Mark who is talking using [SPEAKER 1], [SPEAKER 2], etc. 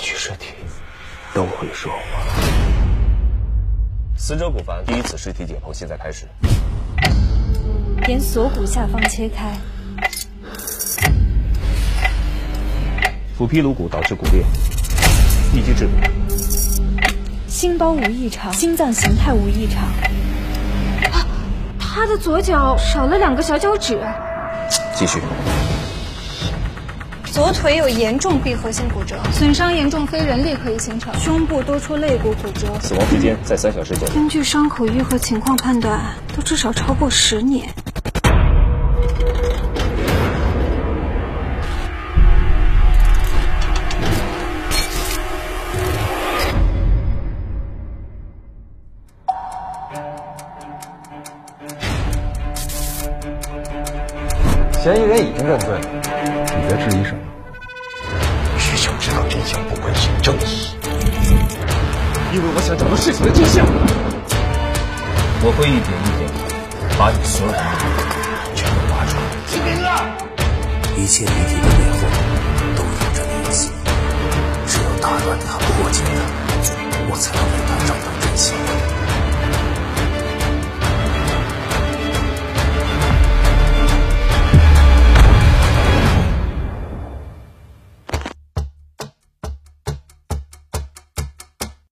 [SPEAKER 1] 尸体都会说话。
[SPEAKER 2] 死者骨凡第一次尸体解剖现在开始。
[SPEAKER 3] 沿锁骨下方切开，
[SPEAKER 2] 斧劈颅骨导致骨裂，立即治疗。
[SPEAKER 3] 心包无异常，心脏形态无异常。
[SPEAKER 4] 啊他的左脚少了两个小脚趾，
[SPEAKER 2] 继续。
[SPEAKER 5] 左腿有严重闭合性骨折，
[SPEAKER 4] 损伤严重非人力可以形成。
[SPEAKER 5] 胸部多处肋骨骨折。
[SPEAKER 2] 死亡时间在三小时左右。
[SPEAKER 4] 根据伤口愈合情况判断，都至少超过十年。
[SPEAKER 6] 嫌疑人已经认罪了，你在质疑什么？
[SPEAKER 1] 需求知道真相不会是正义。
[SPEAKER 6] 因为我想找到事情的真相。
[SPEAKER 2] 我会一点一点把你所有的秘密全都挖出来。
[SPEAKER 1] 一切谜题的背后都有着联系，只有打断他不过节的，我才能为他找到真相。